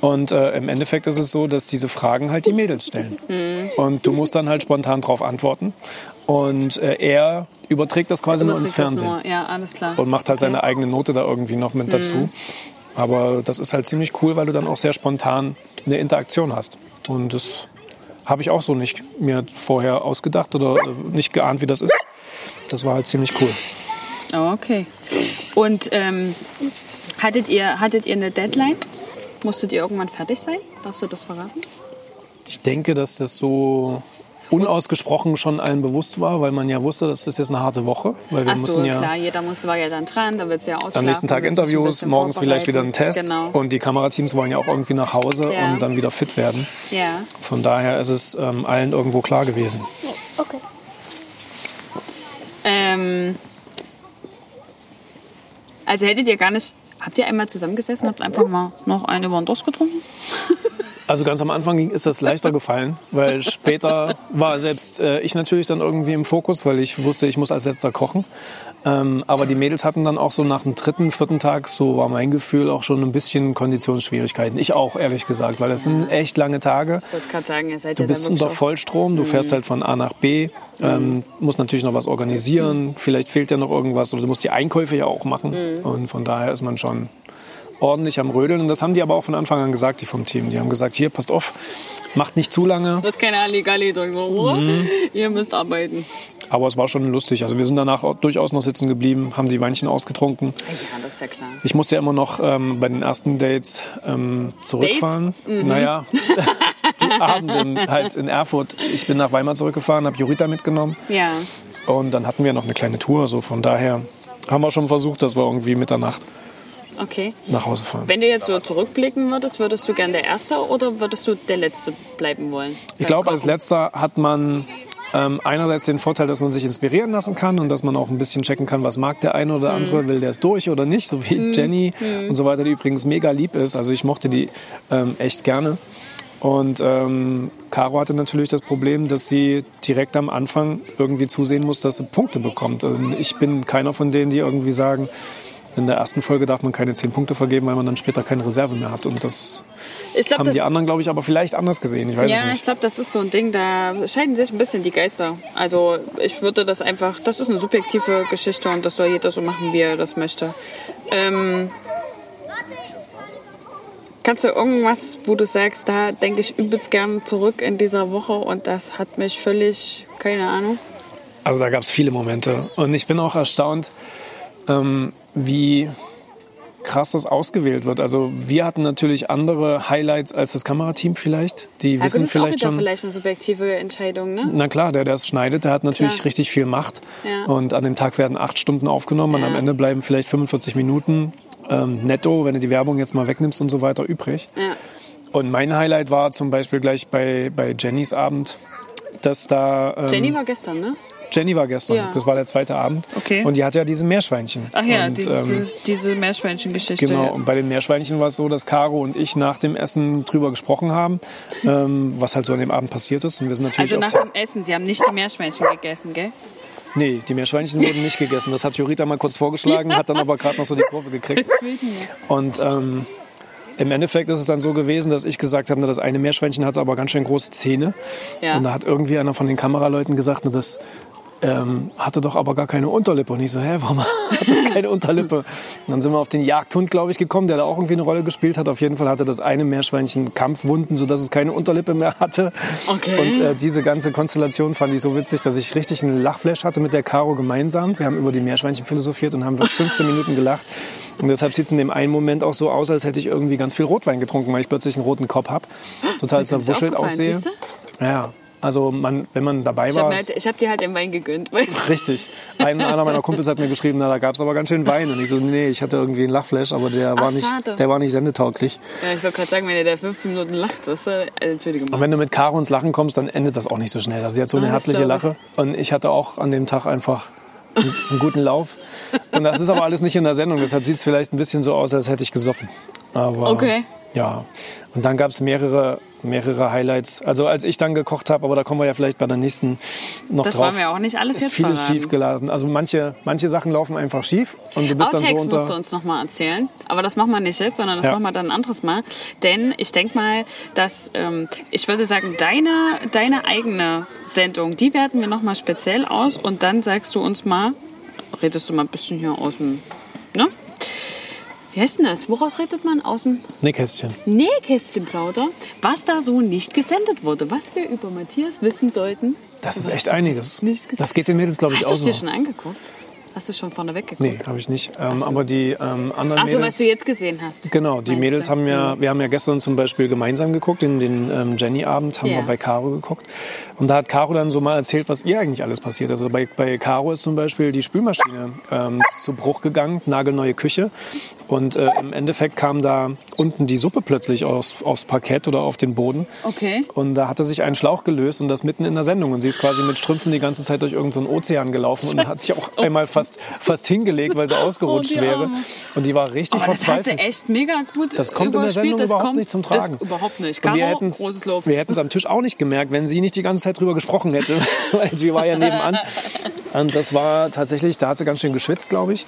B: Und äh, im Endeffekt ist es so, dass diese Fragen halt die Mädels stellen.
A: Mhm.
B: Und du musst dann halt spontan drauf antworten. Und äh, er überträgt das quasi nur ins
A: Überträgt das
B: Fernsehen
A: nur. Ja, alles klar.
B: und macht halt seine eigene Note da irgendwie noch mit
A: Mhm.
B: dazu. Aber das ist halt ziemlich cool, weil du dann auch sehr spontan eine Interaktion hast. Und das habe ich auch so nicht mir vorher ausgedacht oder äh, nicht geahnt, wie das ist. Das war halt ziemlich cool.
A: Oh, okay. Und ähm, hattet, ihr, hattet ihr eine Deadline? Musstet ihr irgendwann fertig sein? Darfst du das verraten?
B: Ich denke, dass das so unausgesprochen schon allen bewusst war, weil man ja wusste, dass das jetzt eine harte Woche, weil wir
A: Ach so,
B: mussten ja
A: klar, jeder muss, war ja dann dran, dann wird es ja ausschlafen.
B: am nächsten Tag
A: wird's sich ein
B: Interviews,
A: bisschen
B: morgens vielleicht wieder einen
A: vorbereiten.
B: Test
A: Genau.
B: und die Kamerateams wollen ja auch irgendwie nach Hause
A: Ja.
B: und dann wieder fit werden.
A: ja.
B: Von daher ist es ähm, allen irgendwo klar gewesen.
D: Okay.
A: Ähm, also hättet ihr gar nicht. Habt ihr einmal zusammengesessen, habt einfach mal noch eine über den Durst getrunken?
B: Also ganz am Anfang ging- ist das leichter gefallen, weil später war selbst äh, ich natürlich dann irgendwie im Fokus, weil ich wusste, ich muss als letzter kochen. Ähm, aber die Mädels hatten dann auch so nach dem dritten, vierten Tag, so war mein Gefühl, auch schon ein bisschen Konditionsschwierigkeiten. Ich auch, ehrlich gesagt, weil das sind echt lange Tage.
A: Ich wollte gerade sagen, ihr seid
B: Du
A: ja
B: bist
A: dann
B: unter
A: wirklich auf-
B: Vollstrom, du fährst halt von A nach B, ähm, musst natürlich noch was organisieren, vielleicht fehlt ja noch irgendwas oder du musst die Einkäufe ja auch machen. Und von daher ist man schon ordentlich am Rödeln. Und das haben die aber auch von Anfang an gesagt, die vom Team. Die haben gesagt, hier, passt auf, macht nicht zu lange.
A: Es wird keine Alligalli drücken. oder?
B: Mhm.
A: Ihr müsst arbeiten.
B: Aber es war schon lustig. Also wir sind danach auch durchaus noch sitzen geblieben, haben die Weinchen ausgetrunken.
A: Ja, das ist ja klar.
B: Ich musste ja immer noch ähm, bei den ersten Dates ähm, zurückfahren. Naja, die Abende in- halt in Erfurt. Ich bin nach Weimar zurückgefahren, habe Jurita mitgenommen.
A: Ja.
B: Und dann hatten wir noch eine kleine Tour, so von daher haben wir schon versucht, dass wir irgendwie Mitternacht
A: Okay.
B: nach Hause fahren.
A: Wenn du jetzt so zurückblicken würdest, würdest du gern der Erste oder würdest du der Letzte bleiben wollen?
B: Ich glaube, als letzter hat man ähm, einerseits den Vorteil, dass man sich inspirieren lassen kann und dass man auch ein bisschen checken kann, was mag der eine oder andere,
A: Mhm.
B: will der es durch oder nicht, so wie Jenny und so weiter, die übrigens mega lieb ist. Also ich mochte die ähm, echt gerne. Und ähm, Caro hatte natürlich das Problem, dass sie direkt am Anfang irgendwie zusehen muss, dass sie Punkte bekommt. Also ich bin keiner von denen, die irgendwie sagen, in der ersten Folge darf man keine 10 Punkte vergeben, weil man dann später keine Reserve mehr hat. Und das
A: Ich glaub,
B: haben die
A: das-
B: anderen, glaube ich, aber vielleicht anders gesehen. Ich weiß es
A: Ja,
B: nicht.
A: ich glaube, das ist so ein Ding, da scheiden sich ein bisschen die Geister. Also ich würde das einfach, das ist eine subjektive Geschichte und das soll jeder so machen, wie er das möchte. Ähm, kannst du irgendwas, wo du sagst, da denke ich übelst gern zurück in dieser Woche und das hat mich völlig, keine Ahnung.
B: Also da gab es viele Momente. Und ich bin auch erstaunt, ähm, wie krass das ausgewählt wird. Also wir hatten natürlich andere Highlights als das Kamerateam vielleicht. Die
A: Ja, gut, das
B: wissen
A: ist auch
B: vielleicht
A: wieder
B: schon.
A: vielleicht eine subjektive Entscheidung, ne?
B: Na klar, der, der es schneidet, der hat natürlich
A: Klar.
B: richtig viel Macht.
A: Ja.
B: Und an dem Tag werden acht Stunden aufgenommen und
A: Ja.
B: am Ende bleiben vielleicht 45 Minuten ähm, netto, wenn du die Werbung jetzt mal wegnimmst und so weiter, übrig.
A: Ja.
B: Und mein Highlight war zum Beispiel gleich bei, bei Jennys Abend, dass da... Ähm,
A: Jenny war gestern, ne?
B: Jenny war gestern,
A: Ja.
B: das war der zweite Abend.
A: Okay.
B: Und die hatte ja diese Meerschweinchen.
A: Ach ja,
B: und,
A: diese,
B: ähm,
A: diese Meerschweinchen-Geschichte.
B: Genau, und bei den Meerschweinchen war es so, dass Caro und ich nach dem Essen drüber gesprochen haben, ähm, was halt so an dem Abend passiert ist. Und wir sind natürlich
A: Also nach
B: auf
A: dem Essen, sie haben nicht die Meerschweinchen gegessen, gell?
B: Nee, die Meerschweinchen wurden nicht gegessen. Das hat Jurita mal kurz vorgeschlagen, hat dann aber gerade noch so die Kurve gekriegt. Und ähm, im Endeffekt ist es dann so gewesen, dass ich gesagt habe, na, das eine Meerschweinchen hatte aber ganz schön große Zähne.
A: Ja.
B: Und da hat irgendwie einer von den Kameraleuten gesagt, na, das ähm, hatte doch aber gar keine Unterlippe. Und ich so, hä, warum hat das keine Unterlippe? Und dann sind wir auf den Jagdhund, glaube ich, gekommen, der da auch irgendwie eine Rolle gespielt hat. Auf jeden Fall hatte das eine Meerschweinchen Kampfwunden, sodass es keine Unterlippe mehr hatte.
A: Okay.
B: Und äh, diese ganze Konstellation fand ich so witzig, dass ich richtig einen Lachflash hatte mit der Caro gemeinsam. Wir haben über die Meerschweinchen philosophiert und haben wirklich 15 Minuten gelacht. Und deshalb sieht es in dem einen Moment auch so aus, als hätte ich irgendwie ganz viel Rotwein getrunken, weil ich plötzlich einen roten Kopf habe. Total
A: mir gar nicht aufgefallen,
B: zerwuschelt aussehe.
A: siehste?
B: Ja. Also man, wenn man dabei
A: Ich
B: war.
A: habe hab dir halt den Wein gegönnt, weißt du?
B: Richtig. Ein, einer meiner Kumpels hat mir geschrieben, na, da gab es aber ganz schön Wein. Und ich so, nee, ich hatte irgendwie einen Lachflash, aber der, war,
A: schade.
B: nicht, der war nicht sendetauglich.
A: Ja, ich wollte gerade sagen, wenn ihr da 15 Minuten lacht, was? Äh, Entschuldigung.
B: Und wenn du mit Caro ins Lachen kommst, dann endet das auch nicht so schnell. Also sie hat so eine
A: Ah, das
B: herzliche
A: glaub ich.
B: Lache. Und ich hatte auch an dem Tag einfach einen, einen guten Lauf. Und das ist aber alles nicht in der Sendung. Deshalb sieht es vielleicht ein bisschen so aus, als hätte ich gesoffen. Aber
A: Okay.
B: ja. Und dann gab es mehrere, mehrere Highlights. Also als ich dann gekocht habe, aber da kommen wir ja vielleicht bei der nächsten noch
A: Das
B: drauf.
A: wollen wir auch nicht alles
B: ist
A: jetzt ähm,
B: vieles
A: verraten.
B: schief gelassen. Also manche, manche Sachen laufen einfach schief und du bist dann so
A: Outtakes
B: unter.
A: musst du uns nochmal erzählen. Aber das machen wir nicht jetzt, sondern das
B: Ja.
A: machen wir dann ein anderes Mal. Denn ich denke mal, dass, ähm, ich würde sagen, deine, deine eigene Sendung, die werten wir nochmal speziell aus und dann sagst du uns mal, redest du mal ein bisschen hier aus dem, ne? Wie heißt denn das? Woraus redet man? Aus dem
B: Nähkästchen.
A: Nähkästchenplauder? Was da so nicht gesendet wurde, was wir über Matthias wissen sollten.
B: Das ist echt einiges.
A: Nicht gesagt.
B: Das geht den Mädels, glaube ich,
A: Hast du
B: auch
A: es dir
B: so.
A: schon angeguckt? Hast du schon vorne weggeguckt?
B: Nee, habe ich nicht. Ähm, Aber die ähm, anderen
A: Ach so,
B: Mädels...
A: was du jetzt gesehen hast.
B: Genau, die
A: Meinst
B: Mädels
A: du?
B: haben ja, wir haben ja gestern zum Beispiel gemeinsam geguckt, in den ähm, Jenny-Abend haben
A: Ja.
B: wir bei Caro geguckt. Und da hat Caro dann so mal erzählt, was ihr eigentlich alles passiert. Also bei, bei Caro ist zum Beispiel die Spülmaschine ähm, zu Bruch gegangen, nagelneue Küche. Und äh, im Endeffekt kam da unten die Suppe plötzlich aufs, aufs Parkett oder auf den Boden.
A: Okay.
B: Und da hatte sich ein Schlauch gelöst und das mitten in der Sendung. Und sie ist quasi mit Strümpfen die ganze Zeit durch irgendeinen Ozean gelaufen und hat sich auch einmal fast, fast hingelegt, weil sie ausgerutscht
A: Oh, die
B: wäre.
A: Arme.
B: Und die war richtig
A: Aber das hat sie
B: verzweifelt.
A: echt mega gut
B: Das kommt in der
A: überspielt.
B: Sendung
A: das
B: überhaupt
A: kommt,
B: nicht zum Tragen.
A: Das überhaupt nicht.
B: Und wir
A: Caro,
B: hätten's-
A: großes Lob.
B: Wir hätten es am Tisch auch nicht gemerkt, wenn sie nicht die ganze Zeit drüber gesprochen hätte, weil sie war ja nebenan. Und das war tatsächlich, da hat sie ganz schön geschwitzt, glaube ich.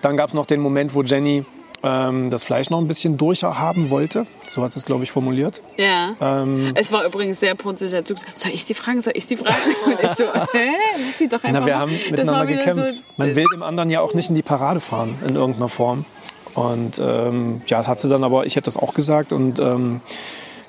B: Dann gab es noch den Moment, wo Jenny ähm, das Fleisch noch ein bisschen durchhaben wollte. So hat sie es, glaube ich, formuliert.
A: Ja.
B: ähm,
A: es war übrigens sehr punziger Zug. Soll ich sie fragen? Soll ich sie fragen? Und ich so, hä? Lass sie doch einfach
B: Na, wir
A: mal.
B: haben
A: das
B: miteinander
A: war wieder
B: gekämpft.
A: so.
B: Man will dem anderen ja auch nicht in die Parade fahren, in irgendeiner Form. Und ähm, ja, das hat sie dann aber, ich hätte das auch gesagt und ähm,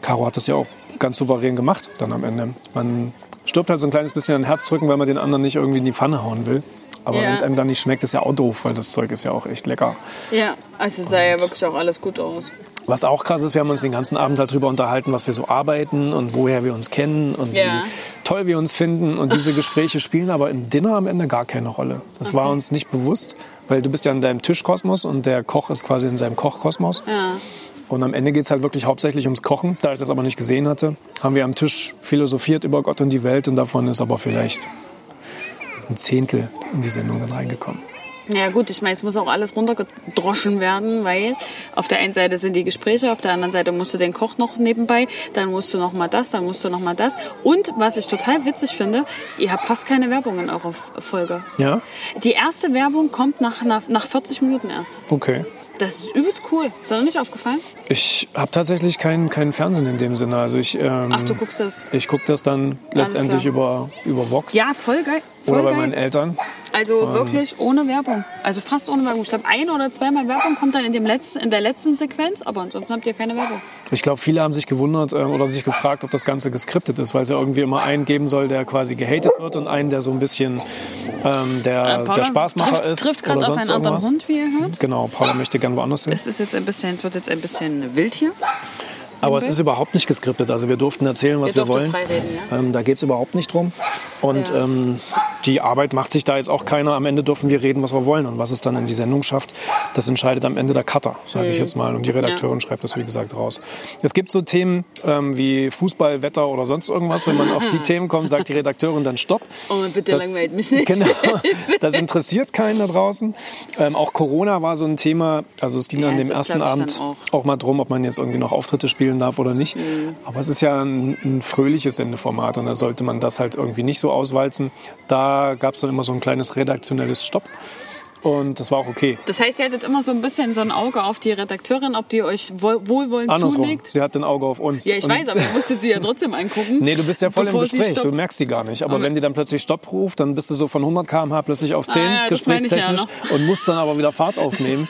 B: Caro hat das ja auch ganz souverän gemacht dann am Ende. Man stirbt halt so ein kleines bisschen an Herzdrücken, weil man den anderen nicht irgendwie in die Pfanne hauen will. Aber
A: Ja.
B: wenn es einem dann nicht schmeckt, ist ja auch doof, weil das Zeug ist ja auch echt lecker.
A: Ja, also sah ja wirklich auch alles gut aus.
B: Was auch krass ist, wir haben uns den ganzen Abend halt drüber unterhalten, was wir so arbeiten und woher wir uns kennen und
A: Ja.
B: wie toll wir uns finden. Und diese Gespräche spielen aber im Dinner am Ende gar keine Rolle. Das war uns nicht bewusst, weil du bist ja in deinem Tischkosmos und der Koch ist quasi in seinem Kochkosmos.
A: Ja.
B: Und am Ende geht es halt wirklich hauptsächlich ums Kochen. Da ich das aber nicht gesehen hatte, haben wir am Tisch philosophiert über Gott und die Welt und davon ist aber vielleicht ein Zehntel in die Sendung dann reingekommen.
A: Ja gut, ich meine, es muss auch alles runtergedroschen werden, weil auf der einen Seite sind die Gespräche, auf der anderen Seite musst du den Koch noch nebenbei, dann musst du noch mal das, dann musst du noch mal das. Und was ich total witzig finde, ihr habt fast keine Werbung in eurer F- Folge.
B: Ja?
A: Die erste Werbung kommt nach, nach, nach 40 Minuten erst.
B: Okay.
A: Das ist übelst cool. Ist dir noch nicht aufgefallen?
B: Ich habe tatsächlich keinen kein Fernsehen in dem Sinne. Also ich, ähm,
A: Ach, du guckst das.
B: Ich gucke das dann letztendlich über, über Vox
A: Ja, voll geil. Voll
B: oder bei
A: geil.
B: meinen Eltern.
A: Also wirklich ohne Werbung. Also fast ohne Werbung. Ich glaube, ein oder zweimal Werbung kommt dann in, dem letzten, in der letzten Sequenz, aber ansonsten habt ihr keine Werbung.
B: Ich glaube, viele haben sich gewundert äh, oder sich gefragt, ob das Ganze geskriptet ist, weil es ja irgendwie immer einen geben soll, der quasi gehatet wird und einen, der so ein bisschen ähm, der,
A: Äh, Paula
B: der Spaßmacher
A: trifft,
B: ist.
A: trifft gerade
B: oder
A: auf
B: sonst
A: einen anderen
B: irgendwas.
A: Hund, wie ihr hört.
B: Genau, Paula möchte gern woanders hin.
A: Es ist jetzt ein bisschen, es wird jetzt ein bisschen wild hier.
B: Aber es ist überhaupt nicht geskriptet. Also wir durften erzählen, was
A: Ihr
B: wir
A: durftet
B: wollen.
A: frei reden, ja?
B: Ähm, da geht es überhaupt nicht drum. Und
A: Ja.
B: ähm, die Arbeit macht sich da jetzt auch keiner. Am Ende dürfen wir reden, was wir wollen. Und was es dann in die Sendung schafft, das entscheidet am Ende der Cutter, sage
A: Mhm.
B: ich jetzt mal. Und die Redakteurin schreibt das, wie gesagt, raus. Es gibt so Themen ähm, wie Fußball, Wetter oder sonst irgendwas. Wenn man auf die Themen kommt, sagt die Redakteurin dann Stopp.
A: Oh, bitte langweilt mich nicht.
B: Genau, das interessiert keinen da draußen. Ähm, auch Corona war so ein Thema. Also es ging
A: Ja,
B: an
A: es
B: dem
A: ist,
B: ersten
A: glaub ich, dann
B: Abend
A: auch. Mhm.
B: auch mal drum, ob man jetzt irgendwie noch Auftritte spielen darf oder nicht. Aber es ist ja ein, ein fröhliches Sendeformat und da sollte man das halt irgendwie nicht so auswalzen. Da gab es dann immer so ein kleines redaktionelles Stopp und das war auch okay.
A: Das heißt, ihr hattet immer so ein bisschen so ein Auge auf die Redakteurin, ob die euch wohl, wohlwollend
B: Andersrum,
A: zunickt.
B: sie hat ein Auge auf uns.
A: Ja, ich
B: Und-
A: weiß, aber ihr musstet sie ja trotzdem angucken.
B: Nee, du bist ja voll im
A: bevor sie
B: Gespräch, du
A: stoppt.
B: merkst sie gar nicht. Aber wenn die dann plötzlich Stopp ruft, dann bist du so von 100 km/h plötzlich auf 10
A: Ah, ja, das meine ich ja ne?
B: gesprächstechnisch und musst dann aber wieder Fahrt aufnehmen.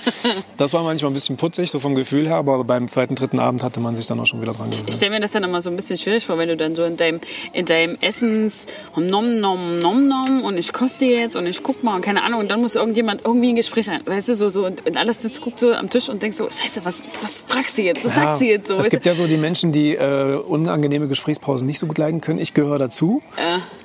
B: das war manchmal ein bisschen putzig, so vom Gefühl her, aber beim zweiten, dritten Abend hatte man sich dann auch schon wieder dran
A: Ich
B: gewöhnt.
A: stelle mir das dann immer so ein bisschen schwierig vor, wenn du dann so in deinem, in deinem um Essens nom nom nom nom und ich koste jetzt und ich guck mal und keine Ahnung und dann muss irgendjemand irgendwie ein Gespräch ein. Weißt du, so, so und, und alles sitzt, guckt so am Tisch und denkt so, scheiße, was, was fragst du jetzt? Was sagst du jetzt so?
B: es
A: Weißt du?
B: gibt ja so die Menschen, die äh, unangenehme Gesprächspausen nicht so gut leiden können. Ich gehöre dazu.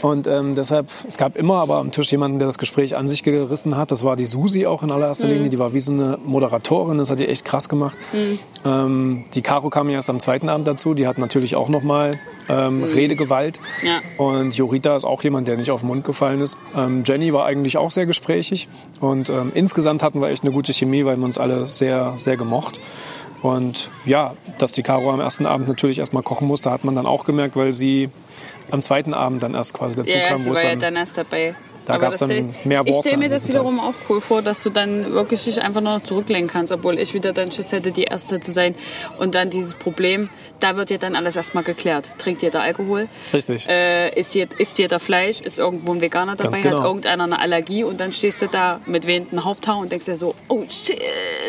B: Und ähm, deshalb, es gab immer aber am Tisch jemanden, der das Gespräch an sich gerissen hat. Das war die Susi auch in allererster
A: Mhm.
B: Linie. Die war wie so eine Moderatorin. Das hat die echt krass gemacht.
A: Mhm.
B: Ähm, die Caro kam ja erst am zweiten Abend dazu. Die hat natürlich auch nochmal ähm, Redegewalt.
A: Ja.
B: Und Jorita ist auch jemand, der nicht auf den Mund gefallen ist. Ähm, Jenny war eigentlich auch sehr gesprächig. Und ähm, insgesamt hatten wir echt eine gute Chemie, weil wir uns alle sehr, sehr gemocht. Und ja, dass die Caro am ersten Abend natürlich erstmal kochen musste, hat man dann auch gemerkt, weil sie am zweiten Abend dann erst quasi dazu
A: Ja,
B: kam,
A: es
B: wo es
A: war ja
B: dann,
A: dann erst dabei.
B: Da
A: Aber
B: gab's
A: das
B: dann
A: stell-
B: mehr
A: Ich
B: Worte
A: stelle mir
B: an
A: das
B: diesem Tag.
A: wiederum auch cool vor, dass du dann wirklich dich einfach nur noch zurücklehnen kannst, obwohl ich wieder dann Schiss hätte, die Erste zu sein. Und dann dieses Problem, da wird ja dann alles erstmal geklärt. Trinkt jeder Alkohol?
B: Richtig.
A: Äh, isst, jed- isst jeder Fleisch? Ist irgendwo ein Veganer dabei?
B: genau.
A: Hat irgendeiner eine Allergie? Und dann stehst du da mit wehenden Haupthaar und denkst dir so, oh shit, ich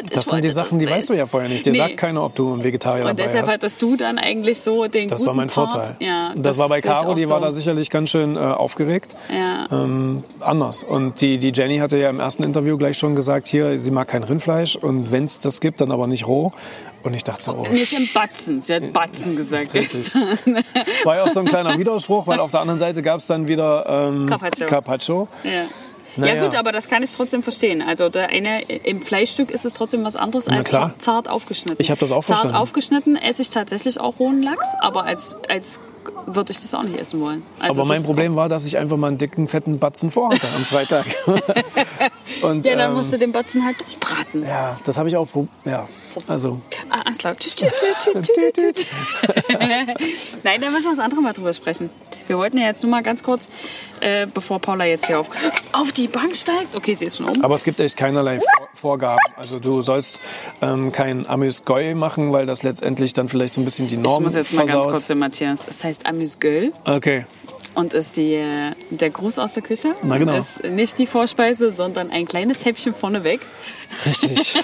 B: das sind
A: wollte
B: die Sachen, die
A: nicht.
B: weißt du ja vorher nicht. Dir
A: Nee.
B: sagt keiner, ob du ein Vegetarier
A: Und
B: dabei
A: deshalb
B: hast.
A: hattest du dann eigentlich so den
B: das
A: guten
B: war mein
A: Part.
B: Vorteil.
A: Ja,
B: das, war bei
A: sehe ich
B: Caro,
A: auch
B: die
A: so.
B: war da sicherlich ganz schön äh, aufgeregt.
A: Ja.
B: ähm, anders. Und die, die Jenny hatte ja im ersten Interview gleich schon gesagt, hier, sie mag kein Rindfleisch und wenn es das gibt, dann aber nicht roh. Und ich dachte so, oh,
A: Nicht im Batzen. Sie hat Batzen gesagt
B: Richtig.
A: gestern.
B: war ja auch so ein kleiner Widerspruch, weil auf der anderen Seite gab es dann wieder ähm,
A: Carpaccio.
B: Carpaccio.
A: ja.
B: Naja.
A: ja gut, aber das kann ich trotzdem verstehen. Also der eine, im Fleischstück ist es trotzdem was anderes als
B: klar.
A: zart aufgeschnitten.
B: Ich hab das auch
A: Zart
B: verstanden.
A: aufgeschnitten esse ich tatsächlich auch rohen Lachs, aber als, als würde ich das auch nicht essen wollen. Also
B: aber mein
A: das-
B: Problem war, dass ich einfach mal einen dicken, fetten Batzen vorhatte am Freitag. und,
A: Ja, dann
B: ähm,
A: musst du den Batzen halt durchbraten.
B: ja, das habe ich auch. prob- Ja, also.
A: Ah, alles klar. Tschüss, tschüss, tschüss, tschüss. Nein, da müssen wir das andere Mal drüber sprechen. Wir wollten ja jetzt nur mal ganz kurz, äh, bevor Paula jetzt hier auf, auf die Bank steigt. Okay, sie ist schon oben.
B: Aber es gibt echt keinerlei Vor- Vorgaben. Also du sollst ähm, kein Amüs-Goy machen, weil das letztendlich dann vielleicht so ein bisschen die Norm
A: Ich muss jetzt mal
B: versaut.
A: ganz kurz den Matthias. Es heißt Amuse Girl
B: Okay,
A: und ist die, äh, der Gruß aus der Küche.
B: Na genau.
A: Und Ist nicht die Vorspeise, sondern ein kleines Häppchen vorneweg.
B: Richtig.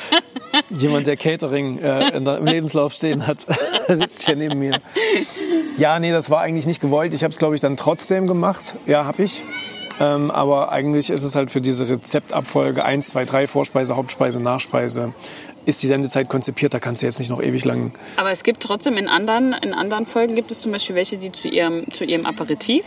B: Jemand, der Catering äh, in der, im Lebenslauf stehen hat, sitzt hier neben mir. Ja, nee, das war eigentlich nicht gewollt. Ich habe es, glaube ich, dann trotzdem gemacht. Ja, habe ich. Ähm, aber eigentlich ist es halt für diese Rezeptabfolge 1, 2, 3, Vorspeise, Hauptspeise, Nachspeise, ist die Sendezeit konzipiert. Da kannst du jetzt nicht noch ewig lang.
A: Aber es gibt trotzdem in anderen, in anderen Folgen gibt es zum Beispiel welche, die zu ihrem, zu ihrem Aperitif,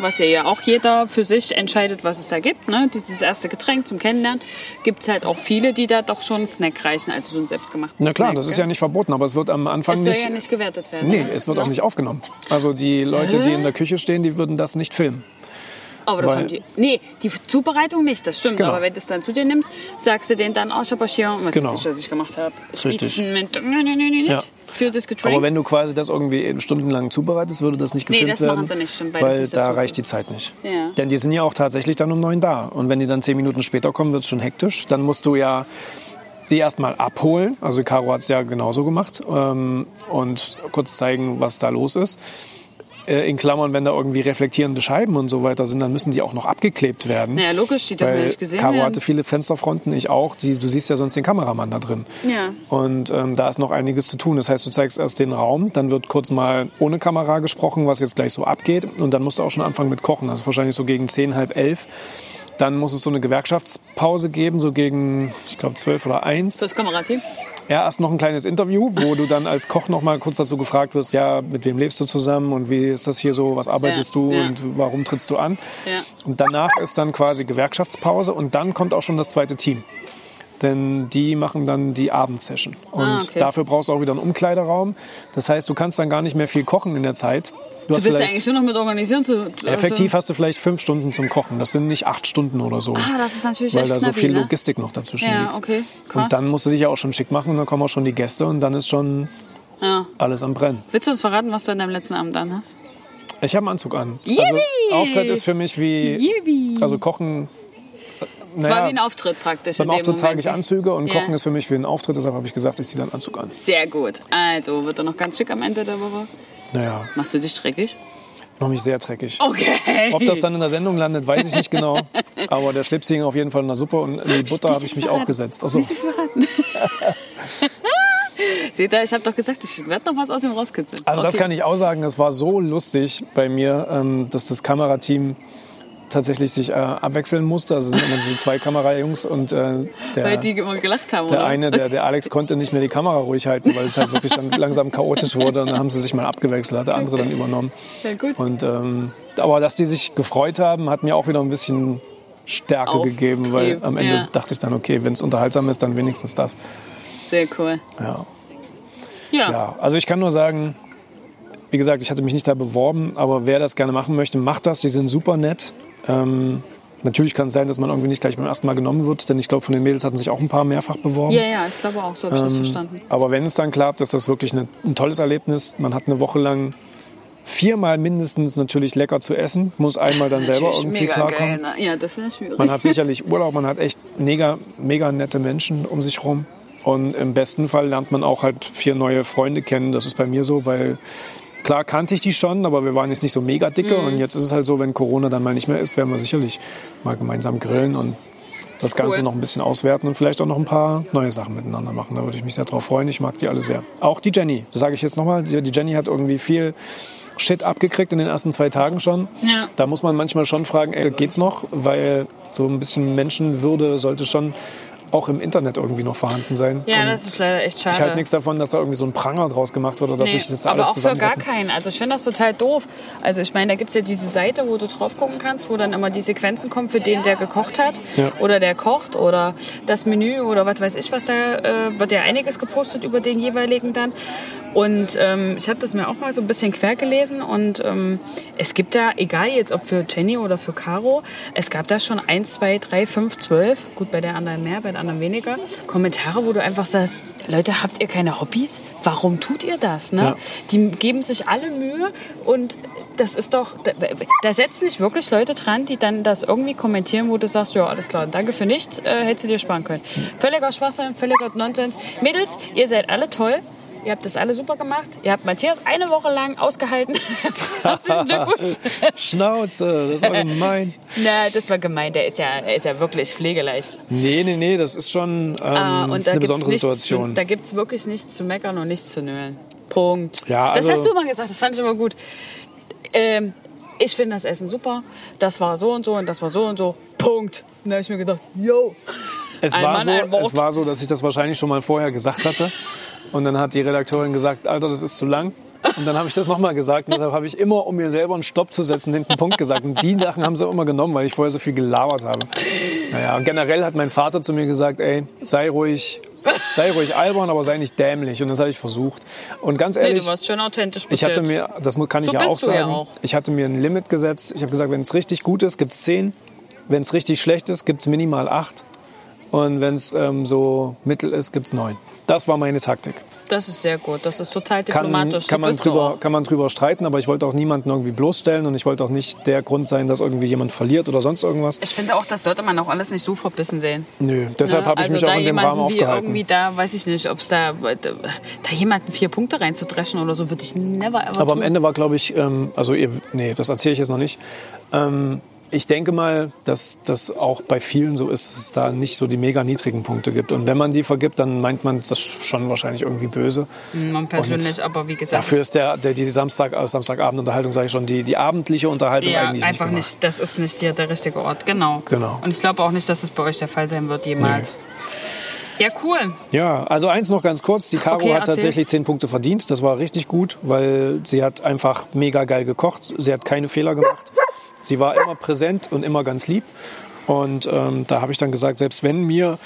A: was ja ja auch jeder für sich entscheidet, was es da gibt, ne? dieses erste Getränk zum Kennenlernen, gibt es halt auch viele, die da doch schon einen Snack reichen, also so einen selbstgemachten
B: Na klar,
A: Snack,
B: das ist
A: gell?
B: ja nicht verboten, aber es wird am Anfang
A: Es soll
B: nicht.
A: ja nicht gewertet werden.
B: Nee,
A: ne?
B: es wird
A: Ja.
B: auch nicht aufgenommen. Also die Leute, die in der Küche stehen, die würden das nicht filmen.
A: Aber das
B: Weil-
A: haben die. Nee, die Zubereitung nicht, das stimmt.
B: Genau.
A: Aber wenn du es dann zu dir nimmst, sagst du denen dann, oh, ich habe euch hier und was
B: Genau.
A: genau. ich, was ich gemacht habe.
B: Richtig.
A: Spitzen mit. Nein, nein, nein, nein,
B: Ja.
A: Für das Getränk.
B: Aber wenn du quasi das irgendwie stundenlang zubereitest, würde das nicht
A: Nee,
B: gefilmt
A: das
B: werden.
A: machen sie nicht, stimmt,
B: weil
A: weil das nicht
B: da
A: dazu
B: reicht die Zeit nicht.
A: Ja.
B: Denn die sind ja auch tatsächlich dann um neun da. Und wenn die dann zehn Minuten später kommen, wird es schon hektisch. Dann musst du ja die erstmal abholen. Also Caro hat es ja genauso gemacht. Ähm, und kurz zeigen, was da los ist. Äh, in Klammern, wenn da irgendwie reflektierende Scheiben und so weiter sind, dann müssen die auch noch abgeklebt werden.
A: naja, logisch, die dürfen ja
B: Weil
A: nicht gesehen
B: Caro
A: werden.
B: hatte Also viele Fensterfronten, ich auch. Die, du siehst ja sonst den Kameramann da drin.
A: Ja.
B: Und ähm, da ist noch einiges zu tun. Das heißt, du zeigst erst den Raum, dann wird kurz mal ohne Kamera gesprochen, was jetzt gleich so abgeht. Und dann musst du auch schon anfangen mit Kochen. Das ist wahrscheinlich so gegen 10, halb elf. Dann muss es so eine Gewerkschaftspause geben, so gegen, ich glaube, zwölf oder eins.
A: So das Kamerateam.
B: Ja, erst noch ein kleines Interview, wo du dann als Koch noch mal kurz dazu gefragt wirst, ja, mit wem lebst du zusammen und wie ist das hier so, was arbeitest
A: Ja,
B: du
A: ja.
B: und warum trittst du an?
A: Ja.
B: Und danach ist dann quasi Gewerkschaftspause und dann kommt auch schon das zweite Team. Denn die machen dann die Abendsession. Und
A: Ah, okay.
B: dafür brauchst du auch wieder einen Umkleideraum. Das heißt, du kannst dann gar nicht mehr viel kochen in der Zeit. Du,
A: Du bist ja eigentlich schon noch mit organisieren zu. also-
B: effektiv hast du vielleicht fünf Stunden zum Kochen. Das sind nicht acht Stunden oder so.
A: Ah, das ist natürlich
B: weil
A: echt
B: da so
A: knappi,
B: viel
A: ne?
B: Logistik noch dazwischen liegt.
A: Ja, okay. Krass.
B: Und dann musst du dich ja auch schon schick machen und dann kommen auch schon die Gäste und dann ist schon
A: ja.
B: alles am Brennen.
A: Willst du uns verraten, was du an deinem letzten Abend an hast?
B: Ich habe einen Anzug an. Also,
A: Yippie!
B: Auftritt ist für mich wie.
A: Yippie!
B: Also Kochen.
A: Es war wie ein Auftritt praktisch
B: Beim
A: in dem
B: Auftritt
A: Moment.
B: trage ich Anzüge und
A: Ja.
B: Kochen ist für mich wie ein Auftritt, deshalb habe ich gesagt, ich ziehe dann Anzug an.
A: Sehr gut. Also, wird er noch ganz schick am Ende der Woche?
B: Naja,
A: Machst du dich dreckig?
B: ich mache mich sehr dreckig.
A: Okay.
B: Ob das dann in der Sendung landet, weiß ich nicht genau. Aber der Schlips hing auf jeden Fall in der Suppe und in die Butter habe ich mich Also, auch gesetzt. Achso,
A: Nicht so viel verraten. Seht ihr, ich habe doch gesagt, ich werde noch was aus ihm rauskitzeln.
B: also das kann ich auch sagen, das war so lustig bei mir, ähm, dass das Kamerateam tatsächlich sich äh, abwechseln musste. Also sind immer diese zwei Kamerajungs und äh,
A: Weil
B: der,
A: die immer gelacht haben,
B: der
A: oder?
B: eine, der, der Alex, konnte nicht mehr die Kamera ruhig halten, weil es halt wirklich dann langsam chaotisch wurde. Und dann haben sie sich mal abgewechselt, hat der andere dann übernommen.
A: Ja, gut.
B: Und, ähm, aber dass die sich gefreut haben, hat mir auch wieder ein bisschen Stärke
A: Auftrieb,
B: gegeben, weil am Ende
A: ja.
B: dachte ich dann, okay, wenn es unterhaltsam ist, dann wenigstens das.
A: Sehr cool.
B: Ja.
A: Ja.
B: Ja, also ich kann nur sagen, wie gesagt, ich hatte mich nicht da beworben, aber wer das gerne machen möchte, macht das. Die sind super nett. Ähm, natürlich kann es sein, dass man irgendwie nicht gleich beim ersten Mal genommen wird, denn ich glaube, von den Mädels hatten sich auch ein paar mehrfach beworben.
A: Ja, ja, ich glaube auch, so habe ich das
B: Ähm,
A: verstanden.
B: Aber wenn es dann klappt, ist das wirklich eine, ein tolles Erlebnis. Man hat eine Woche lang viermal mindestens natürlich lecker zu essen, muss einmal dann selber irgendwie klarkommen.
A: ne? Ja, das wäre schwierig.
B: Man hat sicherlich Urlaub, man hat echt mega, mega nette Menschen um sich rum. Und im besten Fall lernt man auch halt vier neue Freunde kennen. Das ist bei mir so, weil klar kannte ich die schon, aber wir waren jetzt nicht so mega dicke. Und jetzt ist es halt so, wenn Corona dann mal nicht mehr ist, werden wir sicherlich mal gemeinsam grillen und das Ganze
A: Cool.
B: noch ein bisschen auswerten und vielleicht auch noch ein paar neue Sachen miteinander machen. Da würde ich mich sehr drauf freuen. Ich mag die alle sehr. Auch die Jenny, das sage ich jetzt nochmal. Die die Jenny hat irgendwie viel Shit abgekriegt in den ersten zwei Tagen schon.
A: Ja.
B: Da muss man manchmal schon fragen, ey, geht's noch? Weil so ein bisschen Menschenwürde sollte schon auch im Internet irgendwie noch vorhanden sein.
A: ja,
B: Und
A: das ist leider echt schade.
B: ich halte nichts davon, dass da irgendwie so ein Pranger draus gemacht wird oder dass
A: Nee,
B: ich das
A: aber
B: alles
A: auch für gar
B: zusammenretten.
A: keinen. Also ich finde das total doof. Also ich meine, da gibt es ja diese Seite, wo du drauf gucken kannst, wo dann immer die Sequenzen kommen für den, der gekocht hat
B: Ja.
A: oder der kocht oder das Menü oder was weiß ich was. Da äh, wird ja einiges gepostet über den jeweiligen dann. Und ähm, ich habe das mir auch mal so ein bisschen quer gelesen und ähm, es gibt da, egal jetzt ob für Jenny oder für Caro, es gab da schon 1, 2, 3, 5, 12, gut bei der anderen mehr, bei der anderen weniger, Kommentare, wo du einfach sagst, Leute, habt ihr keine Hobbys? Warum tut ihr das? Ne?
B: Ja.
A: Die geben sich alle Mühe und das ist doch, da, da setzen sich wirklich Leute dran, die dann das irgendwie kommentieren, wo du sagst, ja, alles klar, danke für nichts, äh, hättest du dir sparen können. Völliger Schwachsinn, völliger Nonsens. Mädels, ihr seid alle toll. Ihr habt das alle super gemacht. Ihr habt Matthias eine Woche lang ausgehalten. Herzlichen Glückwunsch.
B: Schnauze, das war gemein.
A: Na, das war gemein. Der ist ja, er ist ja wirklich pflegeleicht.
B: Nee, nee, nee, das ist schon ähm,
A: Ah, und da gibt's
B: eine besondere
A: nichts
B: Situation.
A: Zu, da gibt es wirklich nichts zu meckern und nichts zu nölen. Punkt.
B: Ja,
A: das
B: also-
A: hast du mal gesagt, das fand ich immer gut. Ähm, ich finde das Essen super. Das war so und so und das war so und so. Punkt. Und da habe ich mir gedacht, yo.
B: Es
A: Ein
B: war,
A: Mann,
B: so,
A: ein Wort.
B: es war so, dass ich das wahrscheinlich schon mal vorher gesagt hatte. Und dann hat die Redakteurin gesagt, Alter, das ist zu lang. Und dann habe ich das nochmal gesagt. Und deshalb habe ich immer, um mir selber einen Stopp zu setzen, hinten einen Punkt gesagt. Und die Sachen haben sie immer genommen, weil ich vorher so viel gelabert habe. Naja, und generell hat mein Vater zu mir gesagt, ey, sei ruhig, sei ruhig albern, aber sei nicht dämlich. Und das habe ich versucht. Und ganz
A: Nee,
B: ehrlich,
A: du warst schon authentisch bis
B: ich hatte
A: jetzt.
B: mir, das mu- kann ich
A: So
B: ja
A: bist
B: auch
A: du ja
B: sagen,
A: auch.
B: ich hatte mir ein Limit gesetzt. Ich habe gesagt, wenn es richtig gut ist, gibt es 10. Wenn es richtig schlecht ist, gibt es minimal 8. Und wenn es ähm, so mittel ist, gibt es 9. Das war meine Taktik.
A: Das ist sehr gut. Das ist total
B: Kann,
A: diplomatisch. so
B: kann, man
A: bist du
B: drüber,
A: auch.
B: kann man drüber streiten, aber ich wollte auch niemanden irgendwie bloßstellen und ich wollte auch nicht der Grund sein, dass irgendwie jemand verliert oder sonst irgendwas.
A: Ich finde auch, das sollte man auch alles nicht so verbissen sehen.
B: Nö, deshalb
A: Ne?
B: habe ich
A: also
B: mich
A: da
B: auch in dem
A: jemanden
B: Rahmen
A: wie
B: aufgehalten.
A: irgendwie da, weiß ich nicht, ob es da, da jemanden vier Punkte reinzudreschen oder so, würde ich never ever
B: Aber am
A: tun.
B: Ende war, glaube ich, ähm, also ihr, nee, das erzähle ich jetzt noch nicht. Ähm, ich denke mal, dass das auch bei vielen so ist, dass es da nicht so die mega niedrigen Punkte gibt. Und wenn man die vergibt, dann meint man das schon wahrscheinlich irgendwie böse.
A: Hm, Man persönlich, aber wie gesagt.
B: Dafür ist der, der die Samstag, äh, Samstagabendunterhaltung, sage ich schon, die, die abendliche Unterhaltung
A: ja,
B: eigentlich
A: einfach
B: nicht,
A: nicht, Das ist nicht hier der richtige Ort, genau.
B: Genau.
A: Und ich glaube auch nicht, dass es bei euch der Fall sein wird, jemals. Ja, cool.
B: Ja, also eins noch ganz kurz. Die Caro
A: Okay,
B: hat
A: erzähl.
B: tatsächlich zehn Punkte verdient. Das war richtig gut, weil sie hat einfach mega geil gekocht. Sie hat keine Fehler gemacht. Sie war immer präsent und immer ganz lieb. Und ähm, da habe ich dann gesagt, selbst wenn mir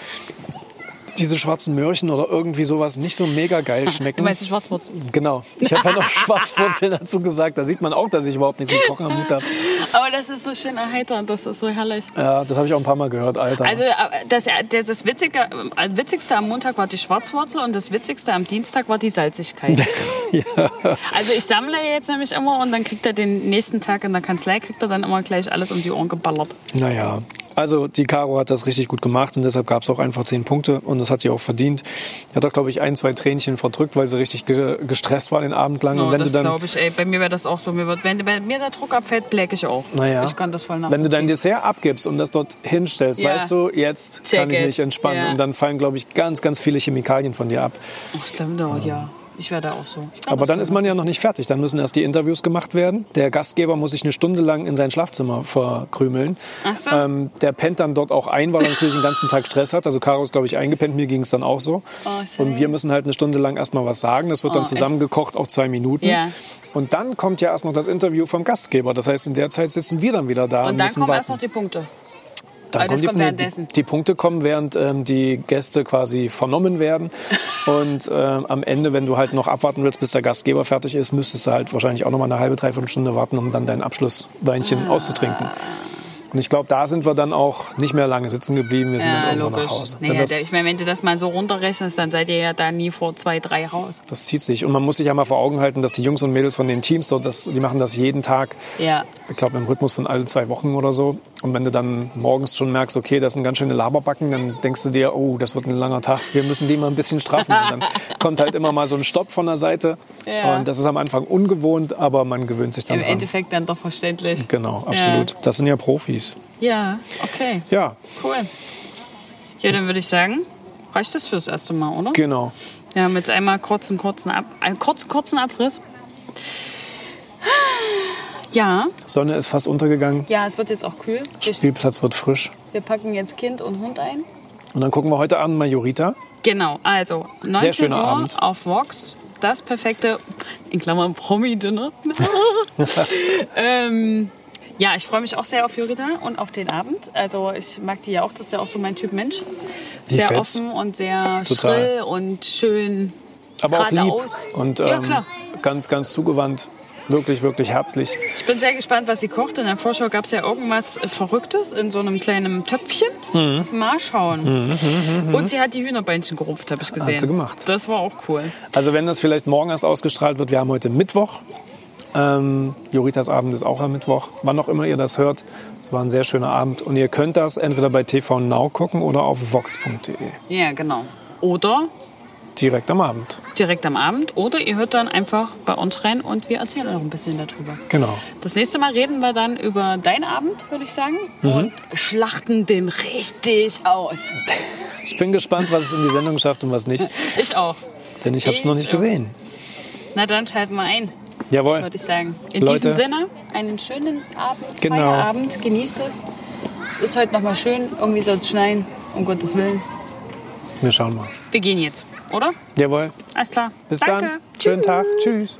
B: diese schwarzen Möhrchen oder irgendwie sowas nicht so mega geil schmecken.
A: Du meinst die Schwarzwurzel?
B: Genau. Ich habe dann auch Schwarzwurzeln dazu gesagt. Da sieht man auch, dass ich überhaupt nichts mit Kochen am Hut habe.
A: Aber das ist so schön erheiternd, das ist so herrlich.
B: Ja, das habe ich auch ein paar Mal gehört, Alter.
A: Also äh, das, das, das Witzige, äh, Witzigste am Montag war die Schwarzwurzel und das Witzigste am Dienstag war die Salzigkeit. Also ich sammle jetzt nämlich immer und dann kriegt er den nächsten Tag in der Kanzlei, kriegt er dann immer gleich alles um die Ohren geballert.
B: Naja, also die Caro hat das richtig gut gemacht und deshalb gab es auch einfach zehn Punkte und das hat sie auch verdient. Die hat auch, glaube ich, ein, zwei Tränchen verdrückt, weil sie richtig ge gestresst war den Abend lang.
A: Oh,
B: und wenn
A: das
B: du dann,
A: glaube ich, ey. Bei mir wäre das auch so. Mir wird, wenn wenn mir der Druck abfällt, bläck ich auch.
B: naja,
A: Ich kann das voll nachvollziehen.
B: wenn du dein Dessert abgibst und das dort hinstellst,
A: Ja.
B: weißt du, jetzt
A: Check
B: kann ich
A: it.
B: mich entspannen.
A: Ja.
B: Und dann fallen, glaube ich, ganz, ganz viele Chemikalien von dir ab.
A: Ach, ich glaube, ja. Ich wäre da auch so. Ich glaub,
B: Aber
A: das
B: dann
A: wär
B: ist man ja noch nicht fertig. Dann müssen erst die Interviews gemacht werden. Der Gastgeber muss sich eine Stunde lang in sein Schlafzimmer verkrümeln.
A: Ach so.
B: Ähm, der pennt dann dort auch ein, weil er natürlich den ganzen Tag Stress hat. Also Caro ist, glaube ich, eingepennt. Mir ging es dann auch so.
A: Oh, shit.
B: Und wir müssen halt eine Stunde lang erstmal was sagen. Das wird
A: Oh,
B: dann
A: echt?
B: zusammengekocht auf zwei Minuten.
A: Ja.
B: Und dann kommt ja erst noch das Interview vom Gastgeber. Das heißt, in der Zeit sitzen wir dann wieder da und,
A: Und dann
B: müssen
A: kommen
B: warten.
A: erst noch die Punkte.
B: Dann
A: Weil das
B: kommen
A: kommt
B: die,
A: währenddessen.
B: Die, die Punkte kommen, während ähm, die Gäste quasi vernommen werden. Und ähm, am Ende, wenn du halt noch abwarten willst, bis der Gastgeber fertig ist, müsstest du halt wahrscheinlich auch noch mal eine halbe, dreiviertel Stunde warten, um dann dein
A: Ah.
B: Abschlussweinchen auszutrinken. Und ich glaube, da sind wir dann auch nicht mehr lange sitzen geblieben. Wir sind
A: Ja,
B: dann irgendwann
A: logisch.
B: nach Hause. Denn
A: Naja,
B: das,
A: der, ich meine, wenn du das mal so runterrechnest, dann seid ihr ja da nie vor zwei, drei raus.
B: das zieht sich. Und man muss sich ja mal vor Augen halten, dass die Jungs und Mädels von den Teams dort, das, die machen das jeden Tag.
A: Ja.
B: ich glaube, im Rhythmus von alle zwei Wochen oder so. Und wenn du dann morgens schon merkst, okay, das sind ganz schöne Laberbacken, dann denkst du dir, oh, das wird ein langer Tag, wir müssen die mal ein bisschen straffen. Und dann kommt halt immer mal so ein Stopp von der Seite.
A: Ja.
B: Und das ist am Anfang ungewohnt, aber man gewöhnt sich dann
A: Im
B: dran.
A: Endeffekt dann doch verständlich.
B: Genau, absolut.
A: Ja.
B: Das sind ja Profis.
A: Ja, okay,
B: Ja,
A: cool. Ja, dann würde ich sagen, reicht das fürs erste Mal, oder?
B: genau.
A: Wir haben jetzt einmal kurzen, kurzen, Ab einen kurzen, kurzen Abriss. Ja,
B: Sonne ist fast untergegangen,
A: ja, es wird jetzt auch kühl. Wir,
B: Spielplatz wird frisch.
A: wir packen jetzt Kind und Hund ein.
B: Und dann gucken wir heute Abend mal Jurita.
A: Genau, also 19
B: schöner
A: Uhr
B: Abend.
A: auf Vox. Das perfekte, in Klammern Promi-Dinner. ähm, ja, ich freue mich auch sehr auf Jurita und auf den Abend. Also ich mag die ja auch, das ist ja auch so mein Typ Mensch. Sehr
B: fetzt.
A: offen und sehr
B: Total.
A: schrill und schön.
B: Aber auch lieb
A: Geradeaus.
B: und
A: Ja,
B: ähm,
A: klar.
B: ganz, ganz zugewandt. Wirklich, wirklich herzlich.
A: Ich bin sehr gespannt, was sie kocht. In der Vorschau gab es ja irgendwas Verrücktes in so einem kleinen Töpfchen.
B: Mhm.
A: Mal schauen. Und sie hat die Hühnerbeinchen gerupft, habe ich gesehen.
B: sie gemacht.
A: Das war auch cool.
B: Also wenn das vielleicht morgen erst ausgestrahlt wird, wir haben heute Mittwoch. Ähm, Joritas Abend ist auch am Mittwoch. Wann auch immer ihr das hört, es war ein sehr schöner Abend. Und ihr könnt das entweder bei TV Now gucken oder auf vox.de.
A: Ja, genau. Oder
B: Direkt am Abend.
A: direkt am Abend oder ihr hört dann einfach bei uns rein und wir erzählen noch ein bisschen darüber.
B: Genau.
A: Das nächste Mal reden wir dann über deinen Abend, würde ich sagen, und schlachten den richtig aus.
B: Ich bin gespannt, was es in die Sendung schafft und was nicht,
A: Ich auch.
B: denn ich habe es noch nicht gesehen.
A: Na dann schalten wir ein,
B: Jawohl.
A: würde ich sagen. In
B: Leute.
A: diesem Sinne, einen schönen Abend,
B: Genau.
A: Feierabend, genießt es. Es ist heute nochmal schön, irgendwie soll es schneien, um Gottes Willen.
B: Wir schauen mal.
A: Wir gehen jetzt, oder?
B: Jawohl.
A: Alles klar.
B: Bis
A: Danke.
B: dann. Schönen Tag. Tschüss.